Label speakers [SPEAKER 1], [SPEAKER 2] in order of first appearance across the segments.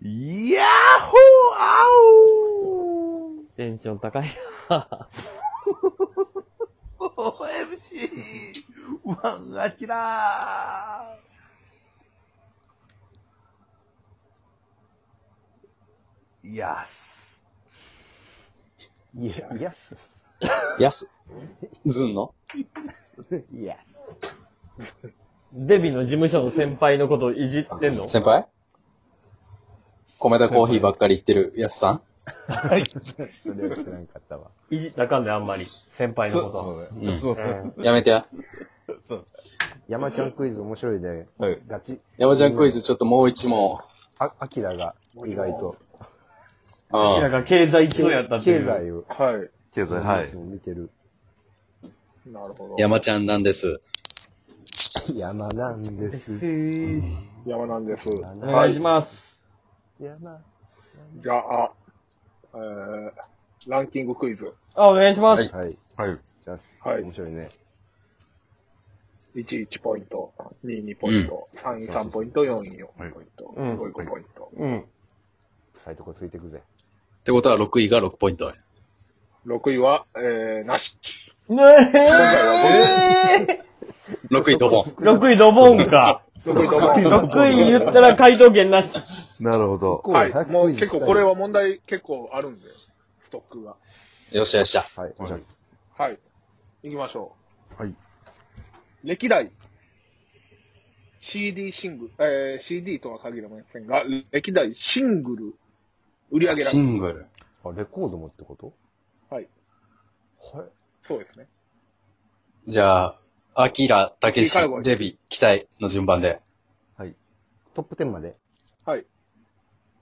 [SPEAKER 1] やっほーあお ー
[SPEAKER 2] テンション高いな
[SPEAKER 1] OMC! ワンガチラーイエス
[SPEAKER 3] いや、いやっす。
[SPEAKER 4] やす。ずんの
[SPEAKER 3] いや。
[SPEAKER 2] デビの事務所の先輩のことをいじってんの
[SPEAKER 4] 先輩米田コーヒーばっかり行ってるやすさん
[SPEAKER 3] それは知らんかったわ。
[SPEAKER 2] いじったらあかんで、あんまり。先輩の
[SPEAKER 1] そうそ
[SPEAKER 2] こと。
[SPEAKER 1] ううんそう
[SPEAKER 2] うん
[SPEAKER 4] やめてや。
[SPEAKER 1] そう。
[SPEAKER 3] 山ちゃんクイズ面白いで、
[SPEAKER 1] はい
[SPEAKER 3] ガチ。
[SPEAKER 4] 山ちゃんクイズちょっともう一問。
[SPEAKER 3] あ、アキラが意外と、
[SPEAKER 2] 明ら
[SPEAKER 4] あ
[SPEAKER 2] か経済一のやったってい
[SPEAKER 3] 経
[SPEAKER 2] う。
[SPEAKER 3] 済を、
[SPEAKER 5] はい。
[SPEAKER 1] 経済、はい
[SPEAKER 3] つ。も見てる。
[SPEAKER 5] なるほど。
[SPEAKER 4] 山ちゃんなんです。
[SPEAKER 3] 山なんです。
[SPEAKER 5] 山なんです。
[SPEAKER 2] お願いし
[SPEAKER 5] は
[SPEAKER 2] ます。
[SPEAKER 3] 山。
[SPEAKER 5] い。じゃあ、えー、ランキングクイズ。
[SPEAKER 2] あ、お願いします。
[SPEAKER 3] は
[SPEAKER 1] は
[SPEAKER 3] い。
[SPEAKER 1] い。
[SPEAKER 3] じゃあ、
[SPEAKER 5] はい
[SPEAKER 3] 面白いね。
[SPEAKER 5] 1、1ポイント、2、2ポイント、3、3ポイント、4、4ポイント、
[SPEAKER 2] うん
[SPEAKER 5] 5、5ポイント、
[SPEAKER 2] うん。
[SPEAKER 3] 臭いとこついてく
[SPEAKER 4] っ
[SPEAKER 3] ぜ。
[SPEAKER 4] てことは6位が6ポイントや。
[SPEAKER 5] 6位は、えー、なし。
[SPEAKER 2] ねえ
[SPEAKER 4] 6位ドボン。
[SPEAKER 2] !6 位ドボンか。
[SPEAKER 5] 6位とも。
[SPEAKER 2] 6位言ったら回答権なし。
[SPEAKER 1] なるほど。
[SPEAKER 5] はい。もう結構これは問題結構あるんで、ストックが。
[SPEAKER 4] よっしゃよっしゃ。
[SPEAKER 3] はい。じゃあ、
[SPEAKER 5] はい。行きましょ
[SPEAKER 1] はい。
[SPEAKER 5] う。歴代 CD シングル、えー、CD とは限りませんが、歴代シングル売り上げランキ
[SPEAKER 4] シ
[SPEAKER 5] ング。
[SPEAKER 4] ングル。
[SPEAKER 3] あレコードもってこと
[SPEAKER 5] はい。
[SPEAKER 3] はい。
[SPEAKER 5] そうですね。
[SPEAKER 4] じゃあ、アキラ、たけし
[SPEAKER 5] カルゴ、ン
[SPEAKER 4] デビ、期待の順番で。
[SPEAKER 3] トップ10まで。
[SPEAKER 5] はい。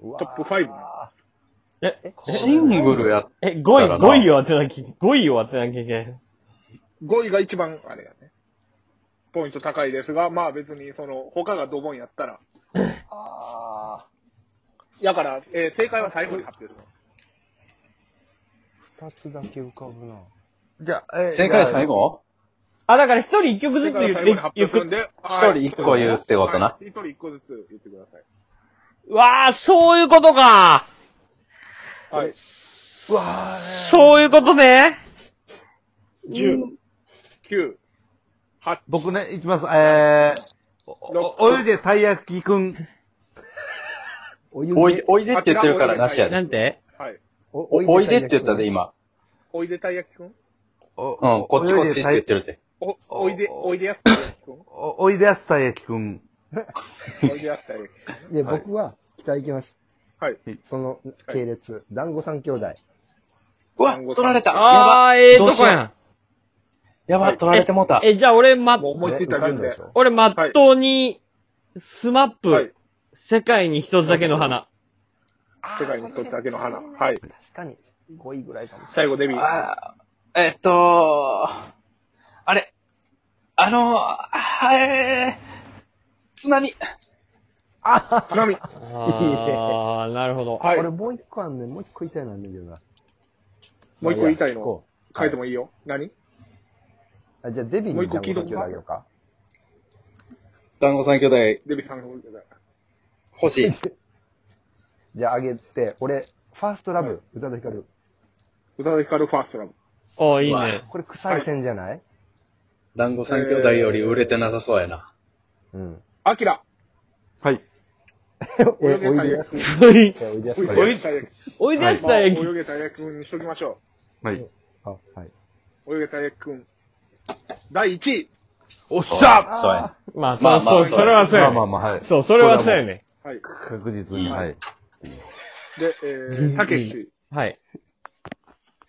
[SPEAKER 3] ト
[SPEAKER 5] トップ5
[SPEAKER 2] え、
[SPEAKER 4] シングルや、
[SPEAKER 2] え、5位、5位を当てなきゃ、5位を当てなきゃいけない。
[SPEAKER 5] 5位が一番、あれやね。ポイント高いですが、まあ別に、その、他がドボンやったら。
[SPEAKER 3] あ
[SPEAKER 5] やから、えー正解は最後に発表します。
[SPEAKER 3] ー、2つだけ浮かぶな。
[SPEAKER 1] じゃあ、えー
[SPEAKER 4] 正解最後
[SPEAKER 2] あ、だから一人一曲ず
[SPEAKER 5] 正
[SPEAKER 2] つ
[SPEAKER 5] 解
[SPEAKER 2] 言っ
[SPEAKER 5] は最後に発
[SPEAKER 2] て、い
[SPEAKER 5] 表するん
[SPEAKER 2] く。
[SPEAKER 5] で。はい
[SPEAKER 4] 一人一個言うってことな
[SPEAKER 5] はい一人一個ずつ言ってください。
[SPEAKER 2] うわあ、そういうことか
[SPEAKER 5] はい。
[SPEAKER 1] うわー
[SPEAKER 2] そういうことね
[SPEAKER 5] 10、9、8、
[SPEAKER 1] 僕ね、いきます。えー、おおいでたい焼きくん。
[SPEAKER 3] お湯
[SPEAKER 4] おいで、おいでって言ってるからなしやで。
[SPEAKER 2] んて
[SPEAKER 5] はい。
[SPEAKER 4] おおいでって言ったで、。今。
[SPEAKER 5] おいでたいやきくん
[SPEAKER 4] うん、こっちこっちって言っ
[SPEAKER 1] る。
[SPEAKER 4] てるで。
[SPEAKER 5] お、おいで、
[SPEAKER 1] お
[SPEAKER 5] おいでやすたいやきくん
[SPEAKER 1] おおいでやすたい焼きくん。
[SPEAKER 5] おいでやすたいやきくん
[SPEAKER 3] で、
[SPEAKER 1] はい
[SPEAKER 3] 僕は、期待いきます。
[SPEAKER 5] はい。
[SPEAKER 3] その系列、団子三兄弟。
[SPEAKER 4] うわ、取られた。や
[SPEAKER 2] あ
[SPEAKER 4] ば。
[SPEAKER 2] ー、ええ
[SPEAKER 4] ど
[SPEAKER 2] と
[SPEAKER 4] うし
[SPEAKER 2] こ
[SPEAKER 4] よう
[SPEAKER 2] やん。
[SPEAKER 4] やば、取られてもうた。
[SPEAKER 2] え、じゃあ俺、ま
[SPEAKER 5] も、う思いついた順で。
[SPEAKER 2] 俺、まっとうに、スマップ、
[SPEAKER 5] はい。
[SPEAKER 2] 世界に一つだけの花。
[SPEAKER 5] 世界に一つだけの花。はい。
[SPEAKER 3] 確かに、5位ぐらいかも。
[SPEAKER 5] 最後デビュー。
[SPEAKER 4] あーえっと、あれ、あの、あえー、津波。
[SPEAKER 5] 津波。
[SPEAKER 2] あー、なるほど。
[SPEAKER 5] はい。
[SPEAKER 3] 俺
[SPEAKER 5] も
[SPEAKER 3] もう一個あんねん、もう一個言いたいのあんねんけどな。
[SPEAKER 5] う一個言いたい
[SPEAKER 3] まあや聞
[SPEAKER 5] の
[SPEAKER 3] こ。う
[SPEAKER 5] 書いてもいいよ。何
[SPEAKER 3] あ、じゃあデビ
[SPEAKER 5] もう
[SPEAKER 3] に
[SPEAKER 5] 一個
[SPEAKER 3] 団
[SPEAKER 5] 聞
[SPEAKER 3] 子
[SPEAKER 5] いと
[SPEAKER 3] 三
[SPEAKER 5] く
[SPEAKER 3] 兄弟あげようか。
[SPEAKER 4] 団子三兄弟、
[SPEAKER 5] デビューさんの方で
[SPEAKER 4] 欲しい。
[SPEAKER 3] じゃああげて、俺、ファーストラブ、宇多田ヒカル。
[SPEAKER 5] 宇多田ヒカルファーストラブ。
[SPEAKER 2] おー、いいう
[SPEAKER 4] わ
[SPEAKER 2] ね。
[SPEAKER 3] これ、臭い線じゃない、
[SPEAKER 4] 団子三兄弟より売れてなさそうやな。
[SPEAKER 3] うん。
[SPEAKER 5] アキラ。
[SPEAKER 1] はい。
[SPEAKER 3] え、
[SPEAKER 5] お
[SPEAKER 3] お
[SPEAKER 5] い
[SPEAKER 3] い
[SPEAKER 5] でたい
[SPEAKER 3] で
[SPEAKER 5] や
[SPEAKER 3] や
[SPEAKER 5] き
[SPEAKER 3] す。
[SPEAKER 5] くん。
[SPEAKER 3] えおいでやす
[SPEAKER 5] お
[SPEAKER 3] か
[SPEAKER 5] い
[SPEAKER 3] ら。
[SPEAKER 5] でたいやきくん。
[SPEAKER 2] おいでやす
[SPEAKER 5] ま
[SPEAKER 2] た
[SPEAKER 5] あ
[SPEAKER 2] い
[SPEAKER 5] 泳げたいやきくんにしときましょ
[SPEAKER 1] はい。
[SPEAKER 3] あ、はい。
[SPEAKER 5] う。泳げたいやきくん。第1位。
[SPEAKER 1] おっしゃ
[SPEAKER 4] そうやな。
[SPEAKER 2] まあ、そ
[SPEAKER 4] まあ
[SPEAKER 2] う、
[SPEAKER 4] まあ
[SPEAKER 2] そう、
[SPEAKER 4] そ
[SPEAKER 2] そうれはそう
[SPEAKER 1] まあ
[SPEAKER 2] や
[SPEAKER 1] まあ
[SPEAKER 2] ね。
[SPEAKER 1] まあ、はい。
[SPEAKER 2] そう、それはそうやね。
[SPEAKER 5] はい。
[SPEAKER 1] 確実に、
[SPEAKER 4] うん
[SPEAKER 1] はい。
[SPEAKER 5] で、えー、たけし。
[SPEAKER 2] はい。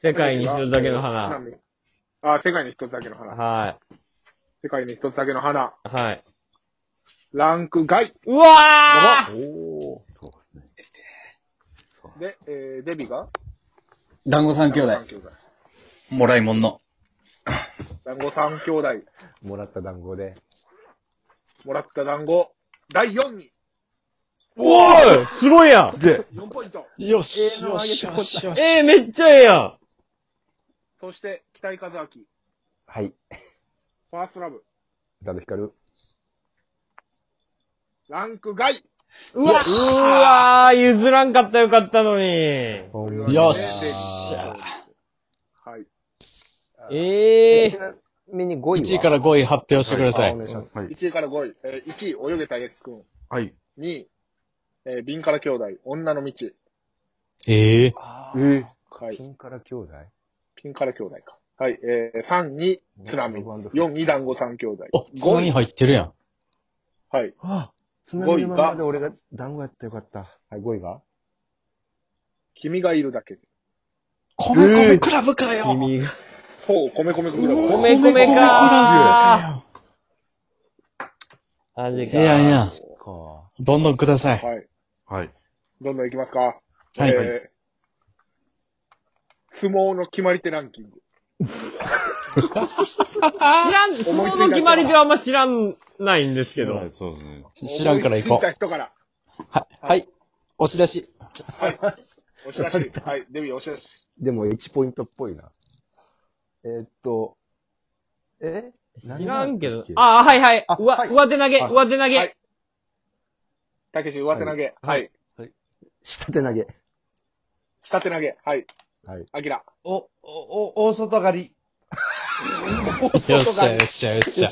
[SPEAKER 2] 世界に一つだけの
[SPEAKER 5] 津
[SPEAKER 2] 花。
[SPEAKER 5] 波あ、世界に一つだけの花。
[SPEAKER 2] は
[SPEAKER 5] 世界に一つだけの花。
[SPEAKER 2] い。はい。
[SPEAKER 5] ランク外。
[SPEAKER 2] うわ
[SPEAKER 1] おー。そうですね。
[SPEAKER 5] で、えー、デビが
[SPEAKER 4] 団子三兄
[SPEAKER 5] 団
[SPEAKER 4] 弟、
[SPEAKER 5] 子三兄弟。
[SPEAKER 4] もらいもんの。
[SPEAKER 5] 団子三兄弟。
[SPEAKER 3] もらった団子で。
[SPEAKER 5] もらった団子。第4位。
[SPEAKER 2] ーおいすごいやん
[SPEAKER 1] で、
[SPEAKER 5] 4ポイント。
[SPEAKER 4] よし、よし、よし、よ
[SPEAKER 2] え
[SPEAKER 4] し。
[SPEAKER 2] ー、めっちゃええやん
[SPEAKER 5] そして、北井和明。
[SPEAKER 3] はい。
[SPEAKER 5] ファーストラブ。
[SPEAKER 3] 宇多田ヒカル。
[SPEAKER 5] ランク外。
[SPEAKER 4] うわっ
[SPEAKER 2] うわー、譲らんかったよかったのに。え
[SPEAKER 4] よっしゃ。
[SPEAKER 5] はい。
[SPEAKER 2] え
[SPEAKER 3] ちなみに5位は。
[SPEAKER 4] 1位から5位発表してくださ
[SPEAKER 3] あお
[SPEAKER 4] い。
[SPEAKER 3] 願いします。
[SPEAKER 1] はい。
[SPEAKER 5] 1位から5位。えー1位、泳げたやっくん。
[SPEAKER 1] はい。
[SPEAKER 5] 2位、えー、瓶から兄弟、女の道。
[SPEAKER 4] ええ
[SPEAKER 1] え
[SPEAKER 5] はい。
[SPEAKER 3] 金から兄弟
[SPEAKER 5] ピンから兄弟か。はい。えー、3に、津波。4、二団子三兄弟。
[SPEAKER 4] お、つなに入ってるやん。
[SPEAKER 5] はい。
[SPEAKER 3] つなみの
[SPEAKER 5] 五
[SPEAKER 3] ま
[SPEAKER 5] 位が
[SPEAKER 3] まで俺が団子やってよかった。はい、5位が
[SPEAKER 5] 君がいるだけで。
[SPEAKER 4] 米米クラブかよ
[SPEAKER 2] 君が。
[SPEAKER 5] そう、米米クラブ。
[SPEAKER 2] 米米
[SPEAKER 4] 米米ク
[SPEAKER 2] かマジ
[SPEAKER 4] い
[SPEAKER 2] か。
[SPEAKER 4] やいや、
[SPEAKER 3] か。
[SPEAKER 4] どんどんください。
[SPEAKER 5] はい。
[SPEAKER 1] はい。
[SPEAKER 5] どんどんいきますか。
[SPEAKER 4] はい
[SPEAKER 5] えー、相撲の決まり手ランキング。
[SPEAKER 2] 知らん、相撲の決まりではあんま知らんないんですけど。
[SPEAKER 1] そうですね。
[SPEAKER 4] 知らんから行こ
[SPEAKER 5] 思いついうた。人から。
[SPEAKER 4] はい。はい。押し出し。
[SPEAKER 5] はい。押し出し。はい。デビュー押し出し。
[SPEAKER 3] でも1ポイントっぽいな。えーっと、え
[SPEAKER 2] 知らんけど。
[SPEAKER 3] あ、
[SPEAKER 2] あ、はいはい。
[SPEAKER 3] あ
[SPEAKER 2] うわ、
[SPEAKER 3] はい
[SPEAKER 2] 上手投げ、
[SPEAKER 3] はい
[SPEAKER 2] 上手投
[SPEAKER 5] は
[SPEAKER 2] げ
[SPEAKER 5] い。たけし、上手投げ。
[SPEAKER 3] は
[SPEAKER 5] はいい。
[SPEAKER 3] 下手投げ。
[SPEAKER 5] 下手投げ。はい。
[SPEAKER 3] はい。
[SPEAKER 5] あきら。
[SPEAKER 6] お、お、お、大外刈り。
[SPEAKER 4] よっしゃ、よっしゃ、よっしゃ。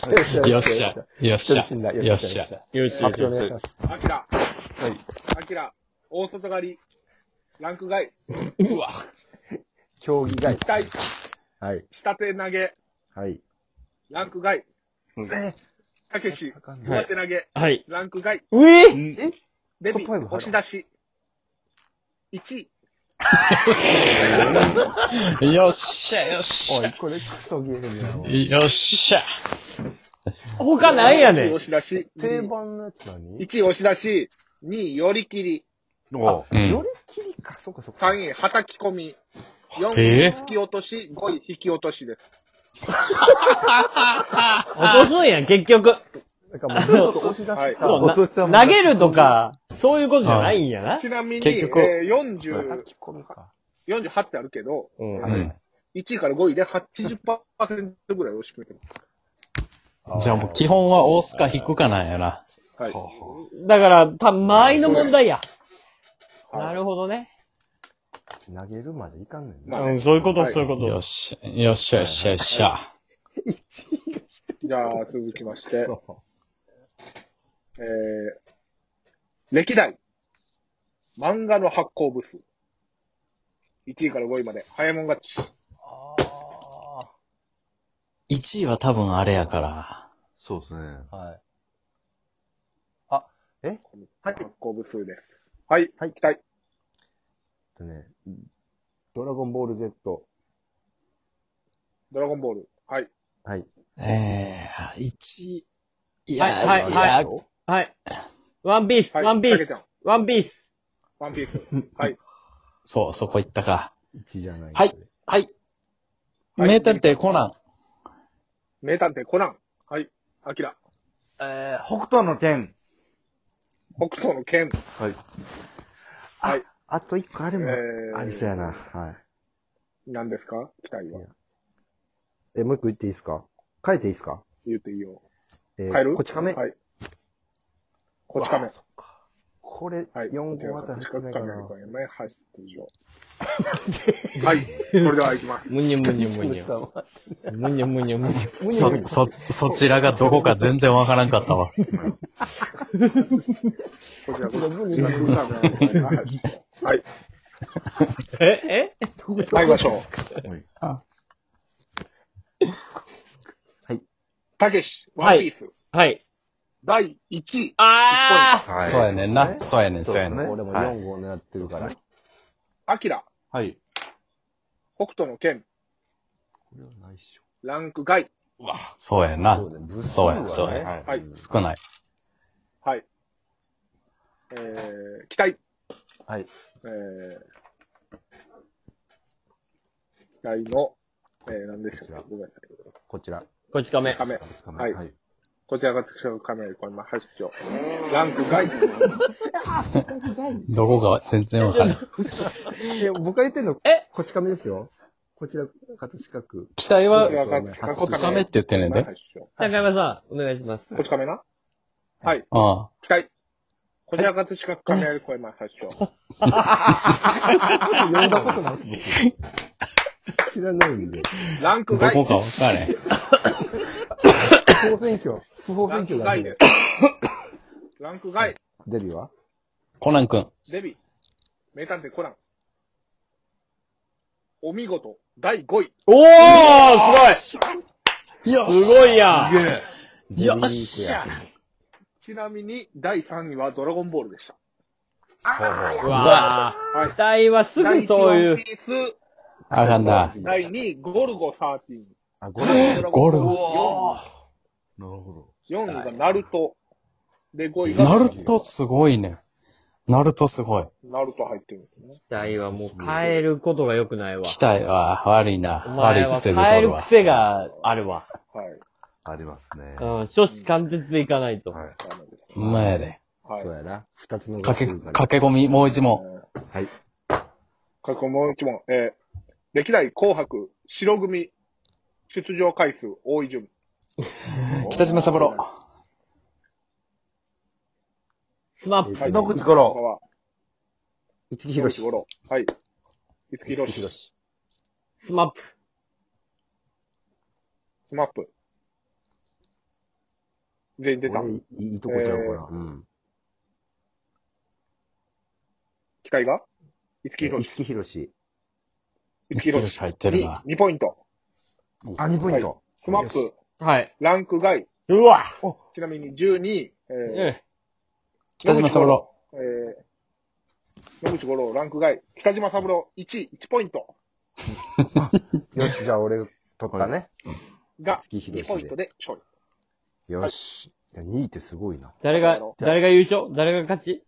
[SPEAKER 4] よっしゃ、よっしゃ
[SPEAKER 3] 人。だ
[SPEAKER 4] よっしゃ。。
[SPEAKER 2] よしよ
[SPEAKER 3] 発表お願いします。
[SPEAKER 5] あきら。はい。あきら。大外刈り。ランク外。
[SPEAKER 3] 競技外。
[SPEAKER 5] 期待。
[SPEAKER 3] はい。
[SPEAKER 5] 下手投げ。
[SPEAKER 3] はい。
[SPEAKER 5] ランク外。たけし。
[SPEAKER 3] かんない
[SPEAKER 5] 上手投げ。
[SPEAKER 2] はい。
[SPEAKER 5] ランク外。
[SPEAKER 2] うえ
[SPEAKER 5] デビ
[SPEAKER 3] トップファイブ
[SPEAKER 5] ュー。押し出し。1位。
[SPEAKER 4] よっしゃ、よっし
[SPEAKER 3] お
[SPEAKER 4] ゃ
[SPEAKER 3] い、。これクソゲームやろ。
[SPEAKER 4] よっしゃ。
[SPEAKER 2] 他ないやねん
[SPEAKER 5] 1位。押し出し。
[SPEAKER 3] 定番のやつ何
[SPEAKER 5] 1位押し出し。2位寄り切り。
[SPEAKER 1] おう
[SPEAKER 4] うん
[SPEAKER 3] よりきりか。そっかそっか。
[SPEAKER 5] 3位はたき込み。4
[SPEAKER 4] え
[SPEAKER 5] 位引き落とし。5位引き落としです。
[SPEAKER 2] 落とすんや、結局。
[SPEAKER 3] なんかもうずっと押し出
[SPEAKER 5] はい
[SPEAKER 3] し
[SPEAKER 2] そ
[SPEAKER 3] た。
[SPEAKER 2] うな投げるとか、そういうことじゃないんやな。
[SPEAKER 5] ちなみに、
[SPEAKER 4] 結局
[SPEAKER 5] えー、
[SPEAKER 3] 叩
[SPEAKER 5] 40
[SPEAKER 3] き込みか。
[SPEAKER 5] 48ってあるけど、
[SPEAKER 2] うん
[SPEAKER 4] う。ん。
[SPEAKER 5] 1位から5位で80%ぐらい押し決めてます。
[SPEAKER 4] じゃあもう基本は押すか引くかなんやな。
[SPEAKER 5] はい。
[SPEAKER 2] だから、た、間合いの問題や。
[SPEAKER 5] はい
[SPEAKER 2] なるほどね。
[SPEAKER 3] 投げるまでいかんねん
[SPEAKER 5] ま
[SPEAKER 3] な。
[SPEAKER 5] あ
[SPEAKER 2] う
[SPEAKER 5] ね
[SPEAKER 2] ん、そういうこと、
[SPEAKER 5] はい
[SPEAKER 2] そういうこ
[SPEAKER 4] よっ
[SPEAKER 2] と。
[SPEAKER 4] しゃ、よっしゃ、よっしゃ、よっしゃ。
[SPEAKER 5] じゃあ、続きまして、
[SPEAKER 3] そ
[SPEAKER 5] えー、歴代、漫画の発行部数。1位から5位まで、早いもん勝ち。
[SPEAKER 4] 1位は多分あれやから。
[SPEAKER 1] そうですね。
[SPEAKER 3] う。はい。あ、えはい。
[SPEAKER 5] 発行部数です。はい、
[SPEAKER 3] はい
[SPEAKER 5] 期待。
[SPEAKER 3] えっとね、ドラゴンボール Z。
[SPEAKER 5] ドラゴンボール。はい。
[SPEAKER 3] はい。
[SPEAKER 4] えー、1位。いや、
[SPEAKER 2] はいはい
[SPEAKER 4] や
[SPEAKER 2] はいはい。ワンピース、
[SPEAKER 5] はい、
[SPEAKER 2] ワンピ
[SPEAKER 5] たけ
[SPEAKER 2] ー
[SPEAKER 5] ちゃ
[SPEAKER 2] ス
[SPEAKER 5] ん、
[SPEAKER 2] ワンピース。
[SPEAKER 5] ワンピース。 はい。
[SPEAKER 4] そう、そこ行ったか。
[SPEAKER 3] 1じゃな
[SPEAKER 4] は
[SPEAKER 3] い。
[SPEAKER 4] い。はい。
[SPEAKER 5] はい
[SPEAKER 4] 名探偵コナン。
[SPEAKER 5] 名探偵コナン。はい。アキラ。
[SPEAKER 1] えー、北斗の剣。
[SPEAKER 5] 北斗の剣。
[SPEAKER 1] はい。
[SPEAKER 5] はい。
[SPEAKER 3] あと1個あれ
[SPEAKER 5] え
[SPEAKER 3] も
[SPEAKER 5] ー、
[SPEAKER 3] ありそうやな。は。
[SPEAKER 5] 何ですか期待はい
[SPEAKER 3] やえ、もう1個言っていいですか書いていいですか
[SPEAKER 5] 言っていいよ。
[SPEAKER 3] え
[SPEAKER 5] 変える
[SPEAKER 3] こち亀。
[SPEAKER 5] はい。こち亀。
[SPEAKER 3] これ、
[SPEAKER 5] はい。
[SPEAKER 3] 4個また
[SPEAKER 5] こち
[SPEAKER 3] 入ってな
[SPEAKER 5] 亀
[SPEAKER 3] い
[SPEAKER 5] か
[SPEAKER 3] か
[SPEAKER 5] な
[SPEAKER 3] な。
[SPEAKER 5] はい、出場はい。それでは行きます。
[SPEAKER 2] むにゅむにゅむにゅ。むにゅむにゅむにゅ。
[SPEAKER 4] そ、そ、そちらがどこか全然わからんかったわ。
[SPEAKER 5] こちらこそはい。
[SPEAKER 2] え、え
[SPEAKER 5] 参りましょう。
[SPEAKER 3] はい。
[SPEAKER 5] たけし、ワンピース、
[SPEAKER 2] はい。
[SPEAKER 5] 第1位。
[SPEAKER 2] あ
[SPEAKER 1] はい。
[SPEAKER 4] そうやねんな。そうやねん、そうやねん。
[SPEAKER 3] 俺も4号狙ってるから。
[SPEAKER 5] アキラ、
[SPEAKER 1] はい。
[SPEAKER 5] 北斗の剣、
[SPEAKER 3] これはないっし
[SPEAKER 5] ランク外。
[SPEAKER 4] そうや
[SPEAKER 3] ょ
[SPEAKER 4] な
[SPEAKER 3] そ。うね物
[SPEAKER 4] そうや
[SPEAKER 3] 騒だね
[SPEAKER 4] そうや
[SPEAKER 1] はい。
[SPEAKER 5] はい。
[SPEAKER 4] 少ない。
[SPEAKER 5] はい。えー、期待。
[SPEAKER 3] はい。
[SPEAKER 5] えー、期待の、えー、何でしたっけごめんなさい。
[SPEAKER 3] こちら。
[SPEAKER 2] ーこっち亀
[SPEAKER 5] カ。メ。はい
[SPEAKER 3] はい。
[SPEAKER 5] こちらが特殊カメラ、これ、まあ、発表。ランク外。
[SPEAKER 4] どこか全然わからん。
[SPEAKER 3] え、僕が言ってんの、
[SPEAKER 2] え
[SPEAKER 3] こち亀ですよ。こちら、葛飾 区。
[SPEAKER 4] 期待
[SPEAKER 5] こちら
[SPEAKER 4] は、
[SPEAKER 5] が
[SPEAKER 4] こち亀って言ってんねんで。
[SPEAKER 5] 発表
[SPEAKER 2] 高山さん、お願いします
[SPEAKER 5] こ。ち亀なはい。
[SPEAKER 4] ああ。
[SPEAKER 5] 期待。こちらがとしか亀有小山発祥。
[SPEAKER 3] 読んだことないです、僕。知らないんで。
[SPEAKER 5] ランク
[SPEAKER 4] ど
[SPEAKER 5] 外。
[SPEAKER 4] こかわからへん。
[SPEAKER 3] 不法選挙、不法
[SPEAKER 5] ラ
[SPEAKER 3] 選
[SPEAKER 5] ンク
[SPEAKER 3] 挙が
[SPEAKER 5] 外です。ランク外。
[SPEAKER 3] デビューは
[SPEAKER 4] コナン君。
[SPEAKER 5] デビ。名探偵コナン。お見事。第5位。
[SPEAKER 2] おー
[SPEAKER 7] す
[SPEAKER 2] す
[SPEAKER 7] ご
[SPEAKER 2] ごいすごいやん
[SPEAKER 4] デビ
[SPEAKER 7] よ
[SPEAKER 4] ー
[SPEAKER 7] っしゃ
[SPEAKER 5] ちなみに、第3位はドラゴンボールでした。
[SPEAKER 2] うわ
[SPEAKER 5] はい
[SPEAKER 2] ぁ。期待はすぐそうい
[SPEAKER 5] 第1ワン
[SPEAKER 2] う。
[SPEAKER 5] ピース、
[SPEAKER 4] あかんな。
[SPEAKER 5] 第2位、ゴルゴ13。
[SPEAKER 1] あ、これ。
[SPEAKER 4] ゴル
[SPEAKER 7] う
[SPEAKER 4] ゴ。
[SPEAKER 7] おー
[SPEAKER 1] なるほど。
[SPEAKER 5] 4位がナルト。で、5位が
[SPEAKER 4] ナルトすごいね。ナルトすごい。
[SPEAKER 5] ナルト入ってるんですね。
[SPEAKER 2] 期待はもう変えることが良くないわ。
[SPEAKER 4] 期待は悪いな。
[SPEAKER 2] お
[SPEAKER 4] 悪
[SPEAKER 2] 前
[SPEAKER 4] い
[SPEAKER 2] は
[SPEAKER 4] 癖で
[SPEAKER 2] 変え
[SPEAKER 4] 取る
[SPEAKER 2] る
[SPEAKER 4] わ。
[SPEAKER 2] 癖があるわ。
[SPEAKER 5] はい。
[SPEAKER 1] ありますね。
[SPEAKER 2] うん、諸子貫徹でいかないと。
[SPEAKER 1] はい
[SPEAKER 5] ダメです
[SPEAKER 4] うまいやで。
[SPEAKER 5] はい
[SPEAKER 1] そう。やな。二つの
[SPEAKER 4] かけ、かけ込み、もう一問。
[SPEAKER 1] はい。
[SPEAKER 5] 過去もう一問。えー歴代紅白白組出場回数多い順。
[SPEAKER 4] 北島三郎。
[SPEAKER 2] スマップ。
[SPEAKER 5] はい
[SPEAKER 8] 野口五郎。
[SPEAKER 5] は、
[SPEAKER 3] 一木
[SPEAKER 5] ひ
[SPEAKER 3] ひろ
[SPEAKER 5] ろ
[SPEAKER 3] し
[SPEAKER 5] し。。はい。いつきひろし。ス
[SPEAKER 2] スマップ。
[SPEAKER 5] マップ。全員出た。
[SPEAKER 3] 俺いいいいとこちゃうかな。うん。
[SPEAKER 5] 機械がいつきひろ
[SPEAKER 3] 一
[SPEAKER 5] し。
[SPEAKER 3] 木ひろし。
[SPEAKER 5] い
[SPEAKER 4] い
[SPEAKER 5] つ
[SPEAKER 4] つ
[SPEAKER 5] き
[SPEAKER 4] き
[SPEAKER 5] ひろ
[SPEAKER 4] ろ
[SPEAKER 5] し。
[SPEAKER 4] し入ってる
[SPEAKER 5] に
[SPEAKER 4] な。
[SPEAKER 5] 2ポイント。
[SPEAKER 3] あ、2ポイント。
[SPEAKER 5] スマップ、
[SPEAKER 2] はい。
[SPEAKER 5] ランク外。
[SPEAKER 2] うわ
[SPEAKER 5] ちなみに12位、え
[SPEAKER 2] え
[SPEAKER 4] 北島三郎。
[SPEAKER 5] ーえー野口五郎、ランク外。北島三郎、1位、1ポイント
[SPEAKER 3] よし、じゃあ俺取ったね。
[SPEAKER 5] が
[SPEAKER 3] 五木ひろしで
[SPEAKER 5] 2ポイントで勝利。
[SPEAKER 3] よし。2位ってすごいな。
[SPEAKER 2] 誰が、誰が優勝誰が勝ち